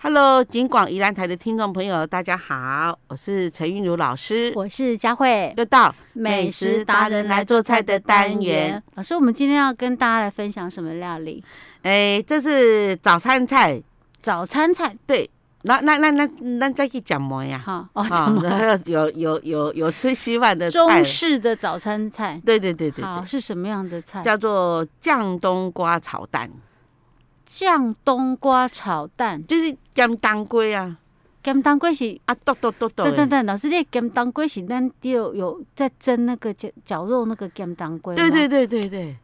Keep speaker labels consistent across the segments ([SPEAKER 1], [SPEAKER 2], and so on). [SPEAKER 1] Hello，金广宜兰台的听众朋友，大家好，我是陈韵如老师，
[SPEAKER 2] 我是佳慧，
[SPEAKER 1] 又到
[SPEAKER 2] 单。。老师，我们今天要跟大家来分享什么料理？
[SPEAKER 1] 哎、这是早餐菜，
[SPEAKER 2] 早餐菜，
[SPEAKER 1] 对，那那那那那再去讲么呀？
[SPEAKER 2] 哈哦，
[SPEAKER 1] 啊
[SPEAKER 2] 什么？
[SPEAKER 1] 然后 有有有有吃稀饭的菜
[SPEAKER 2] 中，式的早餐菜，
[SPEAKER 1] 对对对对
[SPEAKER 2] 好
[SPEAKER 1] 对，
[SPEAKER 2] 是什么样的菜？
[SPEAKER 1] 叫做酱冬瓜炒蛋，
[SPEAKER 2] 酱冬瓜炒蛋，
[SPEAKER 1] 就是姜当归啊
[SPEAKER 2] 甘当归是。
[SPEAKER 1] 啊，剁剁剁剁
[SPEAKER 2] 等等
[SPEAKER 1] 的，
[SPEAKER 2] 等，老师，那甘当归是咱有有在蒸那个绞绞肉那个甘当归吗？
[SPEAKER 1] 对对对对对，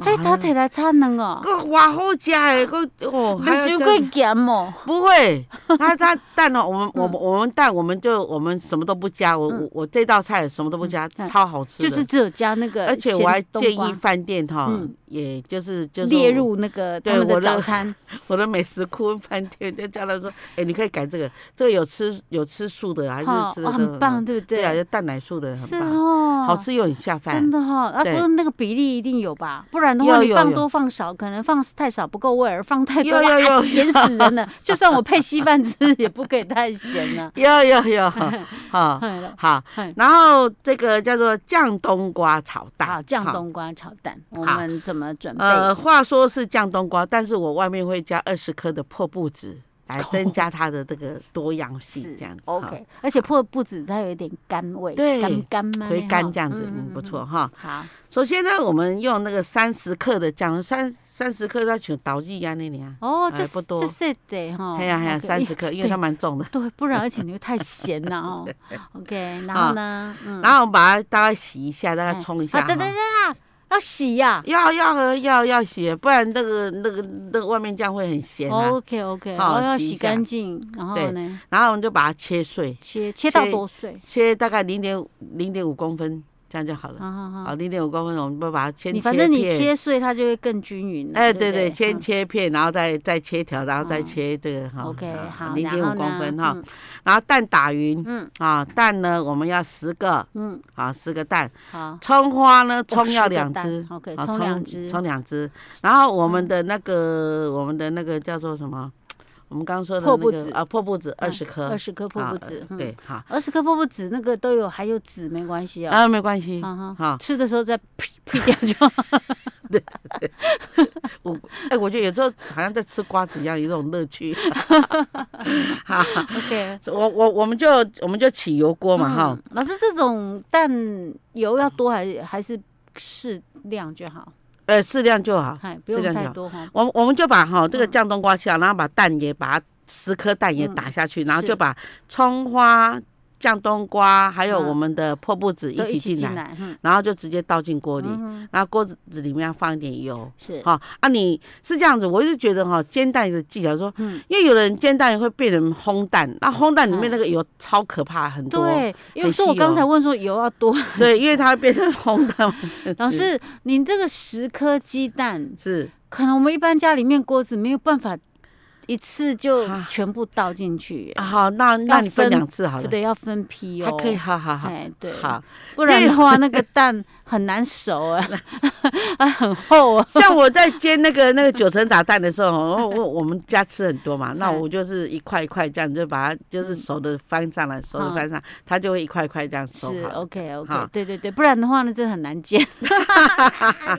[SPEAKER 2] 哎，他摕来炒蛋哦，
[SPEAKER 1] 个哇好食诶，个哦，还
[SPEAKER 2] 没
[SPEAKER 1] 有
[SPEAKER 2] 有
[SPEAKER 1] 这
[SPEAKER 2] 过咸哦。
[SPEAKER 1] 不 会，他他蛋哦，我
[SPEAKER 2] 嗯
[SPEAKER 1] 们我们我们蛋我们就我们什么都不加，我我我这道菜什么都不加
[SPEAKER 2] 嗯，
[SPEAKER 1] 超好吃的。
[SPEAKER 2] 就是，只有加那个
[SPEAKER 1] 而且我还
[SPEAKER 2] 咸冬
[SPEAKER 1] 建
[SPEAKER 2] 瓜，
[SPEAKER 1] 议饭店哈
[SPEAKER 2] 嗯，
[SPEAKER 1] 也就是就是
[SPEAKER 2] 列入那个他
[SPEAKER 1] 对
[SPEAKER 2] 们
[SPEAKER 1] 我
[SPEAKER 2] 的
[SPEAKER 1] 的
[SPEAKER 2] 早餐。
[SPEAKER 1] 我的美食顾问饭店，就叫他说，哎，你可以改这个，这个有吃有吃素的啊还
[SPEAKER 2] 好
[SPEAKER 1] 是吃的
[SPEAKER 2] 哦很棒，，对不对？
[SPEAKER 1] 对啊，有蛋奶素的很
[SPEAKER 2] 是
[SPEAKER 1] 棒，
[SPEAKER 2] 哦，
[SPEAKER 1] 好，吃又很下饭
[SPEAKER 2] 真。的哈、哦。啊，
[SPEAKER 1] 对
[SPEAKER 2] 不过那个比例一定有吧，不然的话
[SPEAKER 1] 有
[SPEAKER 2] 你
[SPEAKER 1] 有
[SPEAKER 2] 放
[SPEAKER 1] 有
[SPEAKER 2] 多放少，可能放太少不够味儿，放太多
[SPEAKER 1] 有有有
[SPEAKER 2] 哇咸死人 了。就算我配稀饭吃，也不可以太咸了。
[SPEAKER 1] 有有 有，好
[SPEAKER 2] 哎了
[SPEAKER 1] 好
[SPEAKER 2] 嗯，
[SPEAKER 1] 然后这个叫做酱冬瓜炒蛋，
[SPEAKER 2] 好，酱
[SPEAKER 1] 哈
[SPEAKER 2] 冬瓜炒蛋，我
[SPEAKER 1] 好
[SPEAKER 2] 们怎么准备？
[SPEAKER 1] 呃，话说是酱冬瓜，但是我外面会加二十颗的破布子来增加它的这个多样性，
[SPEAKER 2] 哦是
[SPEAKER 1] 这样子。
[SPEAKER 2] OK，而且破不止它有一点甘味，
[SPEAKER 1] 对
[SPEAKER 2] 甘甘吗？
[SPEAKER 1] 哈。回
[SPEAKER 2] 哈
[SPEAKER 1] 甘这样子，嗯，不。错哈。
[SPEAKER 2] 好，
[SPEAKER 1] 首先呢，我们用那个三十克的酱，三三十克它像倒剂啊那里啊，
[SPEAKER 2] 哦，
[SPEAKER 1] 哎
[SPEAKER 2] 这
[SPEAKER 1] 不多
[SPEAKER 2] 这是得哈。
[SPEAKER 1] 哎呀哎呀，
[SPEAKER 2] 哦 OK，
[SPEAKER 1] 三十克，因为它蛮重的。
[SPEAKER 2] 对，不然而且你会太咸了 哦。OK，然后呢？嗯，
[SPEAKER 1] 然后我们把它大概洗一下，大概
[SPEAKER 2] 哎
[SPEAKER 1] 啊冲一下
[SPEAKER 2] 啊，等等
[SPEAKER 1] 哈
[SPEAKER 2] 等。啊，要洗呀。
[SPEAKER 1] 要要要要洗，不然那个那个那个外面酱会很咸啊。
[SPEAKER 2] OK OK，
[SPEAKER 1] 好
[SPEAKER 2] 哦，要
[SPEAKER 1] 洗一
[SPEAKER 2] 洗
[SPEAKER 1] 下
[SPEAKER 2] 干净，然后
[SPEAKER 1] 对
[SPEAKER 2] 呢，
[SPEAKER 1] 然后我们就把它切碎，
[SPEAKER 2] 切切到
[SPEAKER 1] 切
[SPEAKER 2] 多碎？
[SPEAKER 1] 切大概零点零点五公分，这样就好了。
[SPEAKER 2] 好好
[SPEAKER 1] 好，
[SPEAKER 2] 好，
[SPEAKER 1] 零点五公分，我们把它先
[SPEAKER 2] 你
[SPEAKER 1] 切
[SPEAKER 2] 反正你
[SPEAKER 1] 片
[SPEAKER 2] 切碎它就会更均匀了。
[SPEAKER 1] 哎，对
[SPEAKER 2] 对不
[SPEAKER 1] 对，
[SPEAKER 2] 对，
[SPEAKER 1] 先
[SPEAKER 2] 嗯
[SPEAKER 1] 切片，然后再再切条，然后再
[SPEAKER 2] 嗯
[SPEAKER 1] 切这个哈啊
[SPEAKER 2] OK，好，
[SPEAKER 1] 零点
[SPEAKER 2] 然
[SPEAKER 1] 五
[SPEAKER 2] 后呢
[SPEAKER 1] 公分哈，
[SPEAKER 2] 嗯
[SPEAKER 1] 然后蛋打匀
[SPEAKER 2] 嗯
[SPEAKER 1] 啊，蛋呢我们要十个
[SPEAKER 2] 嗯，
[SPEAKER 1] 啊，十个蛋，
[SPEAKER 2] 好，
[SPEAKER 1] 葱花呢葱
[SPEAKER 2] 10
[SPEAKER 1] 要
[SPEAKER 2] 哦个
[SPEAKER 1] 两
[SPEAKER 2] 蛋
[SPEAKER 1] 只，
[SPEAKER 2] ，OK，
[SPEAKER 1] 啊
[SPEAKER 2] 葱两只，嗯
[SPEAKER 1] 葱两只，然后我们的那个我们的那个叫做什么？我们刚刚说的那
[SPEAKER 2] 破布
[SPEAKER 1] 个
[SPEAKER 2] 子
[SPEAKER 1] 啊，破布子二
[SPEAKER 2] 嗯
[SPEAKER 1] 十颗，
[SPEAKER 2] 二十颗破
[SPEAKER 1] 啊
[SPEAKER 2] 布
[SPEAKER 1] 呃
[SPEAKER 2] 子，嗯，
[SPEAKER 1] 对，好，
[SPEAKER 2] 二十颗破布子那个都有，还有籽没关系哦。
[SPEAKER 1] 啊，没关系，
[SPEAKER 2] 啊
[SPEAKER 1] 好
[SPEAKER 2] 哈，吃的 时候再 呸呸掉就好。
[SPEAKER 1] 我哎，我觉得有时候好像在吃瓜子一样，有一种乐 趣。 好，
[SPEAKER 2] OK，
[SPEAKER 1] 我我我们就我们就起油锅嘛哈，
[SPEAKER 2] 嗯老师，这种蛋油要多还是还是适量就好，
[SPEAKER 1] 呃，适量就好。
[SPEAKER 2] 哎，不
[SPEAKER 1] 适
[SPEAKER 2] 用
[SPEAKER 1] 量就
[SPEAKER 2] 太
[SPEAKER 1] 好
[SPEAKER 2] 多哈。
[SPEAKER 1] 我们我们就把哈这个
[SPEAKER 2] 嗯
[SPEAKER 1] 酱冬瓜切好，然后把蛋也把它十颗蛋也
[SPEAKER 2] 嗯
[SPEAKER 1] 打下去，然后
[SPEAKER 2] 是
[SPEAKER 1] 就把葱花、酱冬瓜还有
[SPEAKER 2] 嗯
[SPEAKER 1] 我们的破布子
[SPEAKER 2] 都
[SPEAKER 1] 一起进来，
[SPEAKER 2] 来，嗯，
[SPEAKER 1] 然后就直接倒进锅里，
[SPEAKER 2] 嗯哼
[SPEAKER 1] 然后锅子里面要放一点油。
[SPEAKER 2] 是，
[SPEAKER 1] 好啊，你是这样子，我就觉得哈煎蛋的技巧说。
[SPEAKER 2] 嗯，
[SPEAKER 1] 因为有的人煎蛋会变成烘蛋，那烘蛋里面
[SPEAKER 2] 嗯
[SPEAKER 1] 那个油超可怕，很多。
[SPEAKER 2] 对，因为
[SPEAKER 1] 很
[SPEAKER 2] 所以我
[SPEAKER 1] 稀
[SPEAKER 2] 刚才
[SPEAKER 1] 有
[SPEAKER 2] 问说油要 多，
[SPEAKER 1] 对，因为它会变成烘蛋。
[SPEAKER 2] 老师，您这个十颗鸡蛋，
[SPEAKER 1] 是
[SPEAKER 2] 可能我们一般家里面锅子没有办法一次就
[SPEAKER 1] 啊
[SPEAKER 2] 全部倒进去耶，
[SPEAKER 1] 啊好，那那你分
[SPEAKER 2] 分
[SPEAKER 1] 两次好了
[SPEAKER 2] 对不，对？要分批
[SPEAKER 1] 还
[SPEAKER 2] 哦，
[SPEAKER 1] 可以，好好好，
[SPEAKER 2] 哎，对，
[SPEAKER 1] 好。
[SPEAKER 2] 不然的话那个蛋很难熟 啊，啊，很厚啊，
[SPEAKER 1] 像我在煎那个那个九层塔蛋的时候，我我我们家吃很多 嘛，那
[SPEAKER 2] 嗯
[SPEAKER 1] 我就是一块一块这样，就把它就是熟的翻上来，熟的翻上，它就会一块一块这样收
[SPEAKER 2] 嗯是
[SPEAKER 1] 好。
[SPEAKER 2] OK
[SPEAKER 1] 好
[SPEAKER 2] OK，对对对，不然的话呢，真的很难 煎。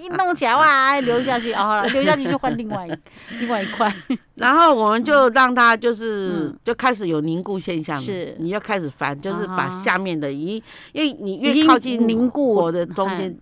[SPEAKER 2] 一弄起来哇，流下去啊，好了，流下去就换另外一另外一 块。
[SPEAKER 1] 然后我们就让它就是
[SPEAKER 2] 嗯
[SPEAKER 1] 就开始有凝固现象，
[SPEAKER 2] 是
[SPEAKER 1] 你要开始翻，就是把
[SPEAKER 2] 啊哈
[SPEAKER 1] 下面的一，因为你
[SPEAKER 2] 已
[SPEAKER 1] 越
[SPEAKER 2] 经
[SPEAKER 1] 靠近
[SPEAKER 2] 凝固
[SPEAKER 1] 火的中间
[SPEAKER 2] 嗯，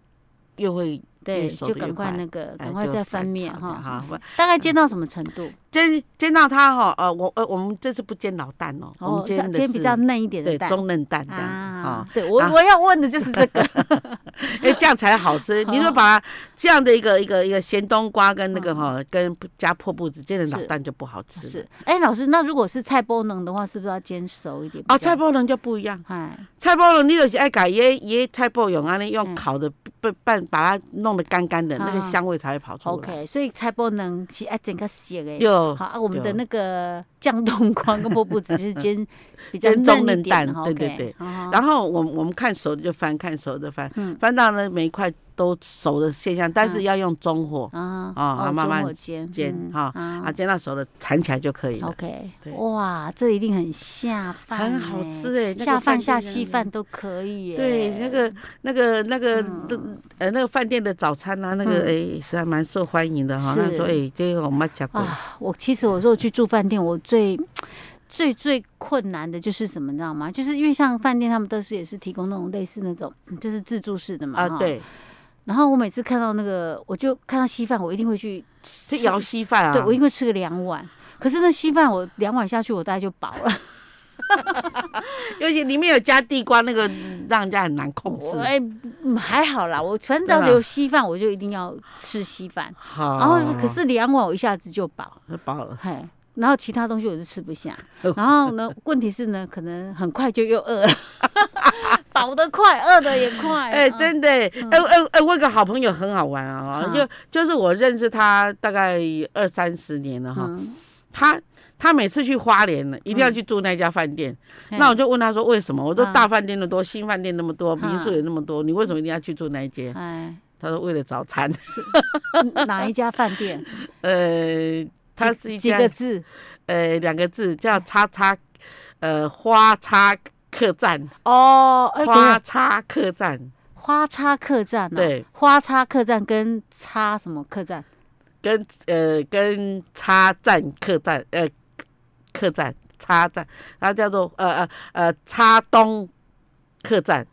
[SPEAKER 1] 越会
[SPEAKER 2] 对，
[SPEAKER 1] 熟
[SPEAKER 2] 就
[SPEAKER 1] 得
[SPEAKER 2] 赶
[SPEAKER 1] 越
[SPEAKER 2] 快
[SPEAKER 1] 快
[SPEAKER 2] 那个，
[SPEAKER 1] 哎
[SPEAKER 2] 赶快
[SPEAKER 1] 就
[SPEAKER 2] 再
[SPEAKER 1] 翻
[SPEAKER 2] 翻面
[SPEAKER 1] 炒这样
[SPEAKER 2] 哈
[SPEAKER 1] 哈。嗯
[SPEAKER 2] 大概煎到什么程度？
[SPEAKER 1] 煎煎到它哈，呃，我呃，我们这次不煎老蛋哦，我
[SPEAKER 2] 哦
[SPEAKER 1] 们，煎
[SPEAKER 2] 像
[SPEAKER 1] 的
[SPEAKER 2] 煎
[SPEAKER 1] 是
[SPEAKER 2] 比较嫩一点的
[SPEAKER 1] 对
[SPEAKER 2] 蛋
[SPEAKER 1] 中嫩蛋这样子
[SPEAKER 2] 啊
[SPEAKER 1] 哈，。
[SPEAKER 2] 对我
[SPEAKER 1] 啊
[SPEAKER 2] 我要问的就是 这个
[SPEAKER 1] 因哎为这样才好 吃。你就把这样的一个一个一个咸冬瓜跟那个
[SPEAKER 2] 嗯
[SPEAKER 1] 哈，跟加破布子煎的老
[SPEAKER 2] 是
[SPEAKER 1] 蛋就不好吃了哦
[SPEAKER 2] 是。哎，老师，那如果是菜包能的话，是不是要煎熟一点？
[SPEAKER 1] 哦，菜，包人就不一样，
[SPEAKER 2] 哎，
[SPEAKER 1] 菜包人你就是爱改椰椰菜包用啊，你用
[SPEAKER 2] 嗯
[SPEAKER 1] 烤的拌拌，把它弄得干干的，那个
[SPEAKER 2] 啊
[SPEAKER 1] 香味才会跑出来。
[SPEAKER 2] OK，所以菜包能是爱整个写的。
[SPEAKER 1] 有
[SPEAKER 2] 好啊，我们
[SPEAKER 1] 有
[SPEAKER 2] 的那个酱冬瓜跟波布 只是煎比较
[SPEAKER 1] 煎中
[SPEAKER 2] 嫩
[SPEAKER 1] 嫩
[SPEAKER 2] 一点
[SPEAKER 1] 蛋
[SPEAKER 2] 哈
[SPEAKER 1] 对对
[SPEAKER 2] ，OK，
[SPEAKER 1] 对
[SPEAKER 2] 好好
[SPEAKER 1] 然后我们我们看熟的就翻，看熟的翻
[SPEAKER 2] 嗯，
[SPEAKER 1] 翻到呢每一块都熟的现象，但是要用中火
[SPEAKER 2] 啊
[SPEAKER 1] 啊
[SPEAKER 2] 哦
[SPEAKER 1] 慢慢
[SPEAKER 2] 中火煎
[SPEAKER 1] 煎
[SPEAKER 2] 嗯
[SPEAKER 1] 哈啊，
[SPEAKER 2] 啊
[SPEAKER 1] 煎到熟了缠起来就可以了。
[SPEAKER 2] ，OK，
[SPEAKER 1] 对
[SPEAKER 2] 哇，这一定很下饭欸，
[SPEAKER 1] 很好吃哎，那个
[SPEAKER 2] 下饭
[SPEAKER 1] 店
[SPEAKER 2] 下
[SPEAKER 1] 的
[SPEAKER 2] 稀饭都可以耶。
[SPEAKER 1] 对，那个、那个、那个，
[SPEAKER 2] 嗯
[SPEAKER 1] 呃，那个饭店的早餐啊，那个哎、是还蛮受欢迎的哈。
[SPEAKER 2] 是
[SPEAKER 1] 那时候哎，这个我们讲过，
[SPEAKER 2] 啊，我其实我说我去住饭店，我最最最困难的就是什么，你知道吗？就是因为像饭店他们都是也是提供那种类似那种嗯就是自助式的嘛。
[SPEAKER 1] 啊，
[SPEAKER 2] 哈。
[SPEAKER 1] 对，
[SPEAKER 2] 然后我每次看到那个，我就看到稀饭，我一定会去
[SPEAKER 1] 是
[SPEAKER 2] 吃
[SPEAKER 1] 摇稀饭啊。
[SPEAKER 2] 对我一定会吃个两碗。可是那稀饭我两碗下去，我大概就饱 了。
[SPEAKER 1] 尤其里面有加地瓜，那个嗯让人家很难控
[SPEAKER 2] 我
[SPEAKER 1] 制。
[SPEAKER 2] 哎、嗯还好啦，我反正只要
[SPEAKER 1] 真的啊
[SPEAKER 2] 有稀饭，我就一定要吃稀饭。
[SPEAKER 1] 好，
[SPEAKER 2] 然后哦可是两碗我一下子就饱。
[SPEAKER 1] 饱了，
[SPEAKER 2] 嘿，然后其他东西我就吃不下，
[SPEAKER 1] 哦
[SPEAKER 2] 然后 呢，问题是呢，可能很快就又饿了， 饱得快，饿得也快，
[SPEAKER 1] 哎、
[SPEAKER 2] 嗯
[SPEAKER 1] 真的、哎哎哎哎，我有个好朋友很好玩啊，
[SPEAKER 2] 嗯
[SPEAKER 1] 就就是我认识他大概二三十年了哈。
[SPEAKER 2] 嗯
[SPEAKER 1] 他他每次去花莲呢，一定要去住那家饭店。那我就问他说为什么？我说
[SPEAKER 2] 嗯
[SPEAKER 1] 大饭店那么多，新饭店那么多，
[SPEAKER 2] 嗯
[SPEAKER 1] 民宿也那么多，你为什么一定要去住那一间？
[SPEAKER 2] 哎，
[SPEAKER 1] 他说为了早餐。
[SPEAKER 2] 嗯哪一家饭店？
[SPEAKER 1] 呃，它是一
[SPEAKER 2] 几
[SPEAKER 1] 家
[SPEAKER 2] 个字？
[SPEAKER 1] 呃两个字叫叉叉，呃花叉客栈，
[SPEAKER 2] 哦，哎，等一
[SPEAKER 1] 花
[SPEAKER 2] 下
[SPEAKER 1] 叉客栈
[SPEAKER 2] 花叉客栈哦，
[SPEAKER 1] 对，
[SPEAKER 2] 花叉客栈跟叉什么客栈？
[SPEAKER 1] 跟呃跟叉站客栈呃客栈叉站，它叫做呃呃呃叉东客栈。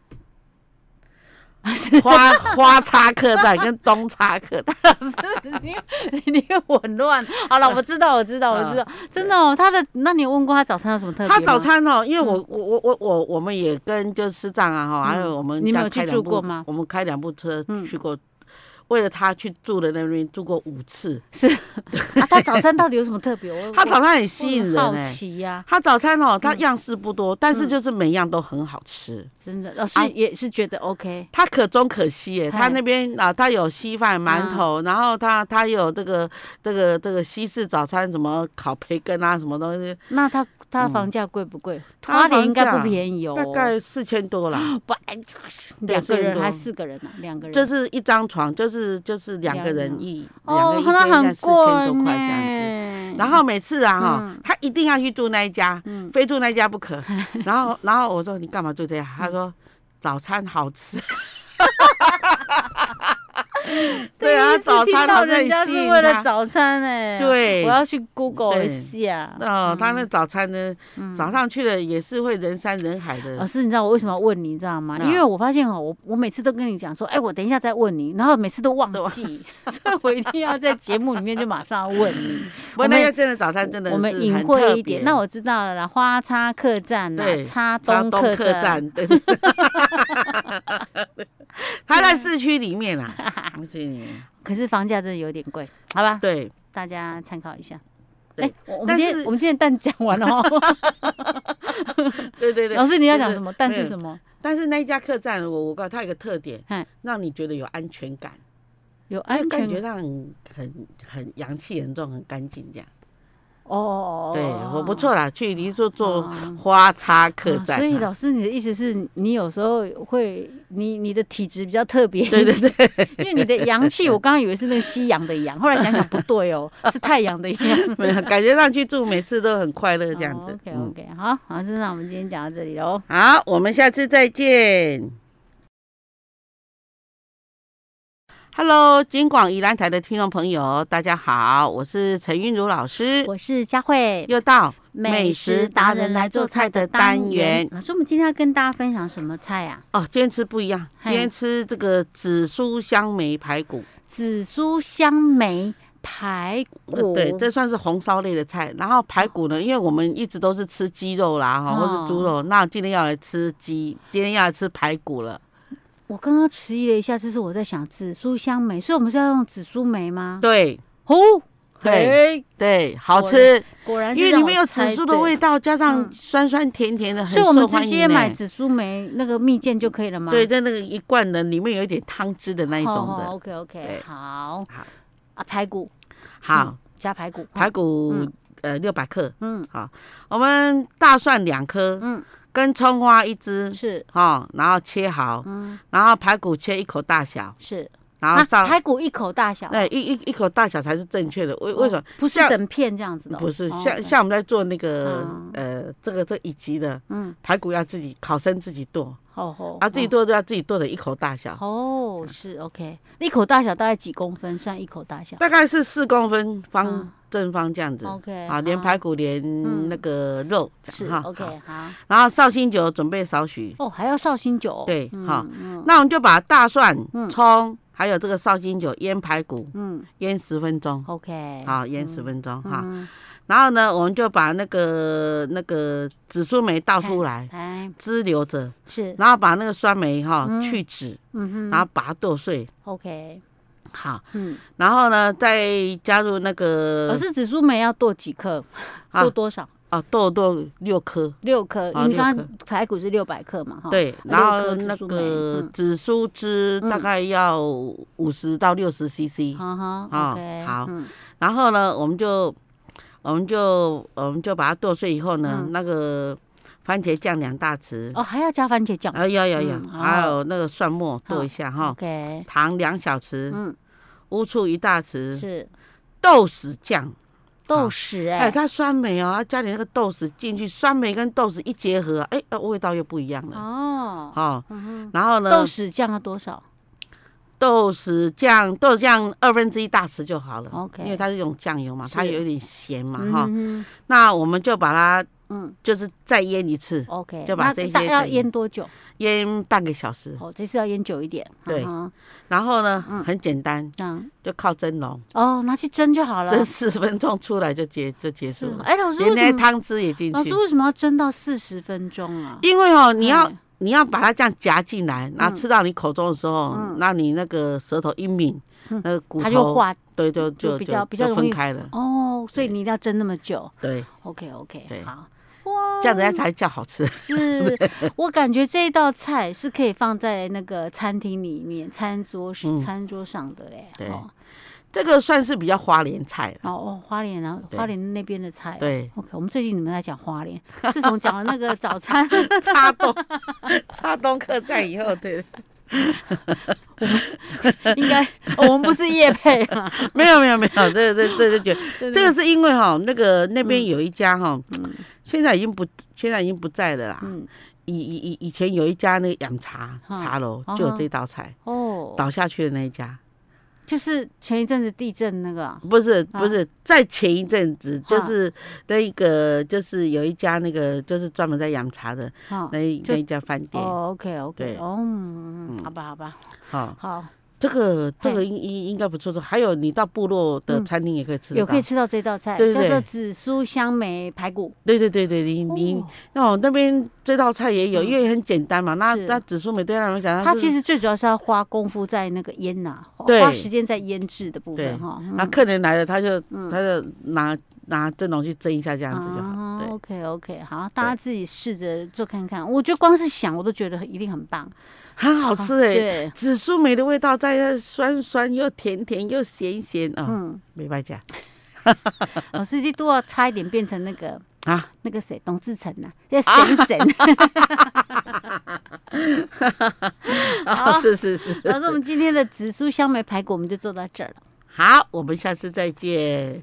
[SPEAKER 2] 啊
[SPEAKER 1] 花花叉客栈跟东叉客栈，
[SPEAKER 2] 你你又混乱。好了，我知道，我知道，我知道，真的哦。他的，那你有问过他早餐有什么特别
[SPEAKER 1] 嗯
[SPEAKER 2] 吗？嗯
[SPEAKER 1] 他早餐哦，因为我我我我我我们也跟就是师长啊哈，还有我们
[SPEAKER 2] 你们
[SPEAKER 1] 家
[SPEAKER 2] 有去
[SPEAKER 1] 开两
[SPEAKER 2] 住
[SPEAKER 1] 部
[SPEAKER 2] 过吗
[SPEAKER 1] 我们开两部车
[SPEAKER 2] 嗯
[SPEAKER 1] 去过，为了他去住的那边住过五次。
[SPEAKER 2] 啊，他早餐到底有什么特 别？我
[SPEAKER 1] 他早餐很
[SPEAKER 2] 我
[SPEAKER 1] 吸引人
[SPEAKER 2] 好
[SPEAKER 1] 哎，
[SPEAKER 2] 奇嗯呀。
[SPEAKER 1] 他早餐哦，他样式不多，但是就是每样都很好吃。
[SPEAKER 2] 真的，老师
[SPEAKER 1] 啊
[SPEAKER 2] 也是觉得 OK，
[SPEAKER 1] 他可中可西耶，
[SPEAKER 2] 嗨
[SPEAKER 1] 他那边啊，他有稀饭、馒
[SPEAKER 2] 嗯
[SPEAKER 1] 头，然后他他有这个这个这个西式早餐，什么烤培根啊，什么东西，
[SPEAKER 2] 那他他
[SPEAKER 1] 嗯
[SPEAKER 2] 房价贵不贵？
[SPEAKER 1] 他
[SPEAKER 2] 花莲应该
[SPEAKER 1] 房
[SPEAKER 2] 不
[SPEAKER 1] 价
[SPEAKER 2] 便宜哦，
[SPEAKER 1] 大概四千多啦，
[SPEAKER 2] 不哎两个人
[SPEAKER 1] 多
[SPEAKER 2] 还四个人呢、两个人
[SPEAKER 1] 就是一张床，就是就是两个
[SPEAKER 2] 两
[SPEAKER 1] 人
[SPEAKER 2] 人
[SPEAKER 1] 一两个
[SPEAKER 2] 哦
[SPEAKER 1] 一，
[SPEAKER 2] 那
[SPEAKER 1] 间应该
[SPEAKER 2] 很
[SPEAKER 1] 四
[SPEAKER 2] 贵
[SPEAKER 1] 千多块这样子。
[SPEAKER 2] 呢
[SPEAKER 1] 然后每次啊哈
[SPEAKER 2] 嗯，
[SPEAKER 1] 他一定要去住那一家，
[SPEAKER 2] 嗯，
[SPEAKER 1] 非住那一家不 可。然后然后我说你干嘛住这家？他说早餐好 吃。 对啊，
[SPEAKER 2] 第一次
[SPEAKER 1] 早
[SPEAKER 2] 听
[SPEAKER 1] 餐
[SPEAKER 2] 到
[SPEAKER 1] 好像
[SPEAKER 2] 人
[SPEAKER 1] 很
[SPEAKER 2] 家
[SPEAKER 1] 吸
[SPEAKER 2] 是
[SPEAKER 1] 引
[SPEAKER 2] 为了
[SPEAKER 1] 他
[SPEAKER 2] 早餐哎、
[SPEAKER 1] 对
[SPEAKER 2] 我要去 Google
[SPEAKER 1] 对
[SPEAKER 2] 一下。
[SPEAKER 1] 哦，他那
[SPEAKER 2] 嗯呃
[SPEAKER 1] 早餐呢，早上去了也是会人山人海
[SPEAKER 2] 老
[SPEAKER 1] 的。
[SPEAKER 2] 师，你知道我为什么要问你，知道吗？
[SPEAKER 1] 嗯啊
[SPEAKER 2] 因为我发现哦，我我每次都跟你讲说，哎、我等一下再问你，然后每次都忘
[SPEAKER 1] 都忘
[SPEAKER 2] 记，所以我一定要在节目里面就马上问你。
[SPEAKER 1] 不过
[SPEAKER 2] 我
[SPEAKER 1] 那
[SPEAKER 2] 们
[SPEAKER 1] 家真的早餐真的
[SPEAKER 2] 我们
[SPEAKER 1] 是
[SPEAKER 2] 隐
[SPEAKER 1] 很
[SPEAKER 2] 晦
[SPEAKER 1] 特
[SPEAKER 2] 一点。
[SPEAKER 1] 别
[SPEAKER 2] 那我知道了啦，花叉客栈啦，
[SPEAKER 1] 对
[SPEAKER 2] 叉
[SPEAKER 1] 沙
[SPEAKER 2] 东
[SPEAKER 1] 东
[SPEAKER 2] 客
[SPEAKER 1] 客
[SPEAKER 2] 栈。
[SPEAKER 1] 栈，对， 他
[SPEAKER 2] 啊
[SPEAKER 1] 在市区里面啦， 市区里面
[SPEAKER 2] 可是房价真的有点贵，好吧，
[SPEAKER 1] 对，
[SPEAKER 2] 大家参考一下。
[SPEAKER 1] 对
[SPEAKER 2] 哎，我我们
[SPEAKER 1] 但
[SPEAKER 2] 今天
[SPEAKER 1] 是
[SPEAKER 2] 我们今天蛋讲完了哦，
[SPEAKER 1] 对 对对
[SPEAKER 2] 老。师你要
[SPEAKER 1] 对
[SPEAKER 2] 讲
[SPEAKER 1] 对
[SPEAKER 2] 什么？蛋
[SPEAKER 1] 没
[SPEAKER 2] 是
[SPEAKER 1] 有
[SPEAKER 2] 什么？
[SPEAKER 1] 但是那一家客栈，我我告诉他有个特点
[SPEAKER 2] 嗨，
[SPEAKER 1] 让你觉得有安全感，
[SPEAKER 2] 有
[SPEAKER 1] 就
[SPEAKER 2] 安
[SPEAKER 1] 感
[SPEAKER 2] 全
[SPEAKER 1] 觉让你很很洋气、很重、很干净这样。
[SPEAKER 2] 哦哦哦，
[SPEAKER 1] 对
[SPEAKER 2] 哦
[SPEAKER 1] 我不。错啦，去你就做
[SPEAKER 2] 哦
[SPEAKER 1] 花叉客
[SPEAKER 2] 啊
[SPEAKER 1] 栈
[SPEAKER 2] 所以
[SPEAKER 1] 啊，
[SPEAKER 2] 老师，你的意思是你有时候会，你你的体质比较特别，
[SPEAKER 1] 对对对，
[SPEAKER 2] 因为你的阳 气，我刚刚以为是那个夕阳的阳，后来想想不对哦，是太阳的阳。 哦
[SPEAKER 1] 没有感觉上去住每次都很快乐这样子。嗯
[SPEAKER 2] OK OK，好，好，就那我们今天讲到这里喽。
[SPEAKER 1] 好，我们下次再见。Hello，金广宜兰台的听众朋友，大家好，我是陈韵如老师，
[SPEAKER 2] 我是佳慧，
[SPEAKER 1] 又到美食达人来做菜的单元。
[SPEAKER 2] 老师，我们今天要跟大家分享什么菜啊？
[SPEAKER 1] 哦，今天吃不一样，
[SPEAKER 2] 嘿
[SPEAKER 1] 今天吃这个紫苏香梅排骨，
[SPEAKER 2] 紫苏香梅排
[SPEAKER 1] 呃
[SPEAKER 2] 骨。
[SPEAKER 1] 对，这算是红烧类的菜。然后排骨呢，因为我们一直都是吃鸡肉啦，哈、
[SPEAKER 2] 哦
[SPEAKER 1] 或是猪肉，那今天要来吃鸡，今天要来吃排骨了。
[SPEAKER 2] 我刚刚迟疑了一下，这是我在想紫苏香梅，所以我们是要用紫苏梅吗？
[SPEAKER 1] 对
[SPEAKER 2] 哦，
[SPEAKER 1] 对
[SPEAKER 2] 嘿，
[SPEAKER 1] 对，好
[SPEAKER 2] 我
[SPEAKER 1] 吃。
[SPEAKER 2] 果然是
[SPEAKER 1] 因为里面有紫苏的味
[SPEAKER 2] 道，
[SPEAKER 1] 道，加上
[SPEAKER 2] 嗯
[SPEAKER 1] 酸酸甜甜啊的，很
[SPEAKER 2] 所以我们
[SPEAKER 1] 受
[SPEAKER 2] 直
[SPEAKER 1] 欢
[SPEAKER 2] 接
[SPEAKER 1] 迎
[SPEAKER 2] 买
[SPEAKER 1] 呢。
[SPEAKER 2] 紫苏梅那个蜜饯就可以了吗？
[SPEAKER 1] 对，，在那个一罐的里面有一点汤汁的那一种
[SPEAKER 2] 好
[SPEAKER 1] 的。
[SPEAKER 2] OK OK，
[SPEAKER 1] 对
[SPEAKER 2] 好
[SPEAKER 1] 好
[SPEAKER 2] 啊，排骨
[SPEAKER 1] 好，
[SPEAKER 2] 加排骨，
[SPEAKER 1] 排骨
[SPEAKER 2] 嗯
[SPEAKER 1] 呃六百克，
[SPEAKER 2] 嗯
[SPEAKER 1] 好，我们大蒜两颗，
[SPEAKER 2] 嗯
[SPEAKER 1] 跟葱花一支，
[SPEAKER 2] 哦是
[SPEAKER 1] 哈，然后切好，
[SPEAKER 2] 嗯
[SPEAKER 1] 然后排骨切一口大小，
[SPEAKER 2] 是
[SPEAKER 1] 然后
[SPEAKER 2] 啊，
[SPEAKER 1] 上
[SPEAKER 2] 排骨一口大小，
[SPEAKER 1] 对一一一口大小才是正确的。为为什么
[SPEAKER 2] 哦？不是
[SPEAKER 1] 像
[SPEAKER 2] 整片这样子的哦？
[SPEAKER 1] 不是
[SPEAKER 2] 哦
[SPEAKER 1] 像
[SPEAKER 2] ，OK
[SPEAKER 1] 像我们在做那个
[SPEAKER 2] 嗯
[SPEAKER 1] 呃这个这一级的
[SPEAKER 2] 嗯，
[SPEAKER 1] 排骨要自己烤生自己剁，
[SPEAKER 2] 好好
[SPEAKER 1] 啊自己
[SPEAKER 2] 哦
[SPEAKER 1] 剁都要自己剁的一口大小，
[SPEAKER 2] 哦，是 OK，一口大小大概几公分算一口大小
[SPEAKER 1] 大概是四公分方
[SPEAKER 2] 嗯
[SPEAKER 1] 正方这样子。
[SPEAKER 2] ？OK，
[SPEAKER 1] 啊，连
[SPEAKER 2] 好
[SPEAKER 1] 排骨连
[SPEAKER 2] 嗯
[SPEAKER 1] 那个肉这
[SPEAKER 2] 是
[SPEAKER 1] 样
[SPEAKER 2] OK
[SPEAKER 1] 好
[SPEAKER 2] 好
[SPEAKER 1] 然后绍兴酒准备少许，
[SPEAKER 2] 哦，还要绍兴酒哦
[SPEAKER 1] 对
[SPEAKER 2] 嗯
[SPEAKER 1] 好
[SPEAKER 2] 嗯
[SPEAKER 1] 那我们就把大蒜、
[SPEAKER 2] 嗯
[SPEAKER 1] 葱还有这个绍兴酒腌排骨，
[SPEAKER 2] 嗯
[SPEAKER 1] 腌十分钟。
[SPEAKER 2] OK，
[SPEAKER 1] 好，腌十分钟哈。
[SPEAKER 2] 嗯
[SPEAKER 1] 然后呢，我们就把那个那个紫苏梅倒出来，
[SPEAKER 2] 哎
[SPEAKER 1] 支留着，
[SPEAKER 2] 是
[SPEAKER 1] 然后把那个酸梅哈、
[SPEAKER 2] 嗯
[SPEAKER 1] 去籽，
[SPEAKER 2] 嗯哼，
[SPEAKER 1] 然后把它剁碎。
[SPEAKER 2] OK，
[SPEAKER 1] 好，
[SPEAKER 2] 嗯，
[SPEAKER 1] 然后呢，再加入那
[SPEAKER 2] 可
[SPEAKER 1] 个
[SPEAKER 2] 哦是紫苏梅要剁几克？
[SPEAKER 1] 呃啊
[SPEAKER 2] 剁多少？
[SPEAKER 1] 哦豆豆六颗，
[SPEAKER 2] 六克
[SPEAKER 1] 啊，
[SPEAKER 2] 你
[SPEAKER 1] 六
[SPEAKER 2] 刚
[SPEAKER 1] 颗
[SPEAKER 2] 刚排骨是六百克嘛？哈，
[SPEAKER 1] 对，
[SPEAKER 2] 哦六
[SPEAKER 1] 然后
[SPEAKER 2] 颗紫
[SPEAKER 1] 那
[SPEAKER 2] 苏梅
[SPEAKER 1] 个
[SPEAKER 2] 嗯
[SPEAKER 1] 紫苏汁大
[SPEAKER 2] 嗯哦
[SPEAKER 1] 概要五十到六十 CC，
[SPEAKER 2] 哈
[SPEAKER 1] 啊
[SPEAKER 2] 哈，OK，
[SPEAKER 1] 好
[SPEAKER 2] 嗯
[SPEAKER 1] 然后呢，我们就我们就我们就把它剁碎以后呢，
[SPEAKER 2] 嗯
[SPEAKER 1] 那个番茄酱两大匙，
[SPEAKER 2] 哦，还要加番茄酱
[SPEAKER 1] 啊要要要，
[SPEAKER 2] 嗯好
[SPEAKER 1] 还有那个蒜末剁一下哈，
[SPEAKER 2] ，OK，
[SPEAKER 1] 糖两小匙，
[SPEAKER 2] 嗯，
[SPEAKER 1] 乌醋一大匙，
[SPEAKER 2] 是
[SPEAKER 1] 豆豉酱，
[SPEAKER 2] 豆豉
[SPEAKER 1] 哎，
[SPEAKER 2] 哎，
[SPEAKER 1] 它酸梅哦，它加点那个豆豉进去，酸梅跟豆豉一结合，哎，呃味道又不一样了，
[SPEAKER 2] 哦，
[SPEAKER 1] 哦，
[SPEAKER 2] 嗯哼，
[SPEAKER 1] 然后呢
[SPEAKER 2] 豆，豉酱要多少？
[SPEAKER 1] 豆豉酱豆豉酱二分之一大匙就好了
[SPEAKER 2] 哦 OK
[SPEAKER 1] 因为它是用酱油嘛，它
[SPEAKER 2] 是
[SPEAKER 1] 有一点咸嘛
[SPEAKER 2] 嗯
[SPEAKER 1] 哈，
[SPEAKER 2] 哼
[SPEAKER 1] 那我们就把它
[SPEAKER 2] 嗯
[SPEAKER 1] 就是再腌一次。
[SPEAKER 2] ，OK，
[SPEAKER 1] 就把
[SPEAKER 2] 那
[SPEAKER 1] 这些
[SPEAKER 2] 大要
[SPEAKER 1] 等于
[SPEAKER 2] 腌多久？
[SPEAKER 1] 腌半个小时，
[SPEAKER 2] 哦，这嗯次要腌久一点，
[SPEAKER 1] 对
[SPEAKER 2] 嗯哼
[SPEAKER 1] 然后呢，很简单，
[SPEAKER 2] 这样
[SPEAKER 1] 就靠蒸笼，
[SPEAKER 2] 哦，拿去蒸就好了，
[SPEAKER 1] 蒸四十分钟出来就结就结束
[SPEAKER 2] 是哦
[SPEAKER 1] 了，
[SPEAKER 2] 哎，老师
[SPEAKER 1] 连
[SPEAKER 2] 为
[SPEAKER 1] 那
[SPEAKER 2] 什
[SPEAKER 1] 些
[SPEAKER 2] 么？
[SPEAKER 1] 汤汁也进
[SPEAKER 2] 老
[SPEAKER 1] 去
[SPEAKER 2] 师。为什么要蒸到四十分钟啊？
[SPEAKER 1] 因为哦，你要
[SPEAKER 2] 哎
[SPEAKER 1] 你要把它这样夹进来，然后
[SPEAKER 2] 嗯
[SPEAKER 1] 吃到你口中的时候，那你那个舌头一抿，那
[SPEAKER 2] 嗯
[SPEAKER 1] 个骨
[SPEAKER 2] 它就
[SPEAKER 1] 头
[SPEAKER 2] 化
[SPEAKER 1] 对就
[SPEAKER 2] 就
[SPEAKER 1] 就
[SPEAKER 2] 比较
[SPEAKER 1] 就
[SPEAKER 2] 比较
[SPEAKER 1] 就
[SPEAKER 2] 容易
[SPEAKER 1] 分开了，
[SPEAKER 2] 哦，所以你一定要蒸那么久。
[SPEAKER 1] 对，
[SPEAKER 2] OK OK，
[SPEAKER 1] 对
[SPEAKER 2] 好，哦
[SPEAKER 1] 这样子才叫好吃。
[SPEAKER 2] 是我感觉这一道菜是可以放在那个餐厅里面餐桌是、
[SPEAKER 1] 嗯
[SPEAKER 2] 餐桌上的嘞。
[SPEAKER 1] 对
[SPEAKER 2] 哦
[SPEAKER 1] 这个算是比较花莲菜了，
[SPEAKER 2] 哦哦，花莲啊，
[SPEAKER 1] 对
[SPEAKER 2] 花莲那边的菜、哦。，
[SPEAKER 1] 对
[SPEAKER 2] OK，我们 最近你们在讲花莲，自从讲了那个早餐，
[SPEAKER 1] 插东插东客在以后， 对，
[SPEAKER 2] 应该、哦我们不是叶配啊，
[SPEAKER 1] 没有没有没有，这这这就觉得
[SPEAKER 2] 对
[SPEAKER 1] 这个是因为哈，那个那边有一家哈，
[SPEAKER 2] 嗯
[SPEAKER 1] 现在已经不现在已经不在了啦。
[SPEAKER 2] 嗯
[SPEAKER 1] 以以以以前有一家那个养茶
[SPEAKER 2] 嗯
[SPEAKER 1] 茶楼
[SPEAKER 2] 嗯哼
[SPEAKER 1] 就有这道菜，
[SPEAKER 2] 哦，
[SPEAKER 1] 倒下去的那一家
[SPEAKER 2] 就是前一阵子地震那个啊、
[SPEAKER 1] 不是
[SPEAKER 2] 啊
[SPEAKER 1] 不是，在前一阵子就
[SPEAKER 2] 嗯
[SPEAKER 1] 是那个就是有一家那个就是专门在养茶的
[SPEAKER 2] 哈
[SPEAKER 1] 那一
[SPEAKER 2] 哦就
[SPEAKER 1] 那一家饭店
[SPEAKER 2] 哦，OK OK，
[SPEAKER 1] 对
[SPEAKER 2] 哦，嗯好吧好吧，
[SPEAKER 1] 哈，
[SPEAKER 2] 好，
[SPEAKER 1] 这个这个
[SPEAKER 2] 嘿
[SPEAKER 1] 应应应该不错做，还有你到部落的
[SPEAKER 2] 哎嗯
[SPEAKER 1] 餐厅也可以吃得
[SPEAKER 2] 有可
[SPEAKER 1] 到
[SPEAKER 2] 以，吃到这道菜，
[SPEAKER 1] 对对
[SPEAKER 2] 叫
[SPEAKER 1] 对嗯
[SPEAKER 2] 做紫苏香梅排骨。
[SPEAKER 1] 对对对对，你你
[SPEAKER 2] 哦
[SPEAKER 1] 那我那边这道菜也有，
[SPEAKER 2] 嗯
[SPEAKER 1] 因为很简单嘛，那
[SPEAKER 2] 是
[SPEAKER 1] 那紫苏梅对他们讲，
[SPEAKER 2] 它
[SPEAKER 1] 就是
[SPEAKER 2] 其实最主要是要花功夫在那个腌呐、花
[SPEAKER 1] 对
[SPEAKER 2] 花时间在腌制的部
[SPEAKER 1] 对
[SPEAKER 2] 分哈。嗯
[SPEAKER 1] 那啊客人来了，他就他就拿拿蒸笼去蒸一下，这
[SPEAKER 2] 这
[SPEAKER 1] 样子就
[SPEAKER 2] 啊
[SPEAKER 1] 好。对，
[SPEAKER 2] OK OK，好，大家自己试着做看看。我觉得光是想我都觉得一定很棒。
[SPEAKER 1] 很好吃哎。
[SPEAKER 2] 对，
[SPEAKER 1] 紫苏梅的味道在那酸酸又甜甜又咸咸啊，
[SPEAKER 2] 嗯，
[SPEAKER 1] 没白讲
[SPEAKER 2] 老师你都要差一点变成那个
[SPEAKER 1] 啊。
[SPEAKER 2] 那个谁，董志成呐、要 神神。好
[SPEAKER 1] 是是是。
[SPEAKER 2] 老师，我们今天的紫苏香梅排骨我们就做到这儿了。
[SPEAKER 1] 好，我们下次再见。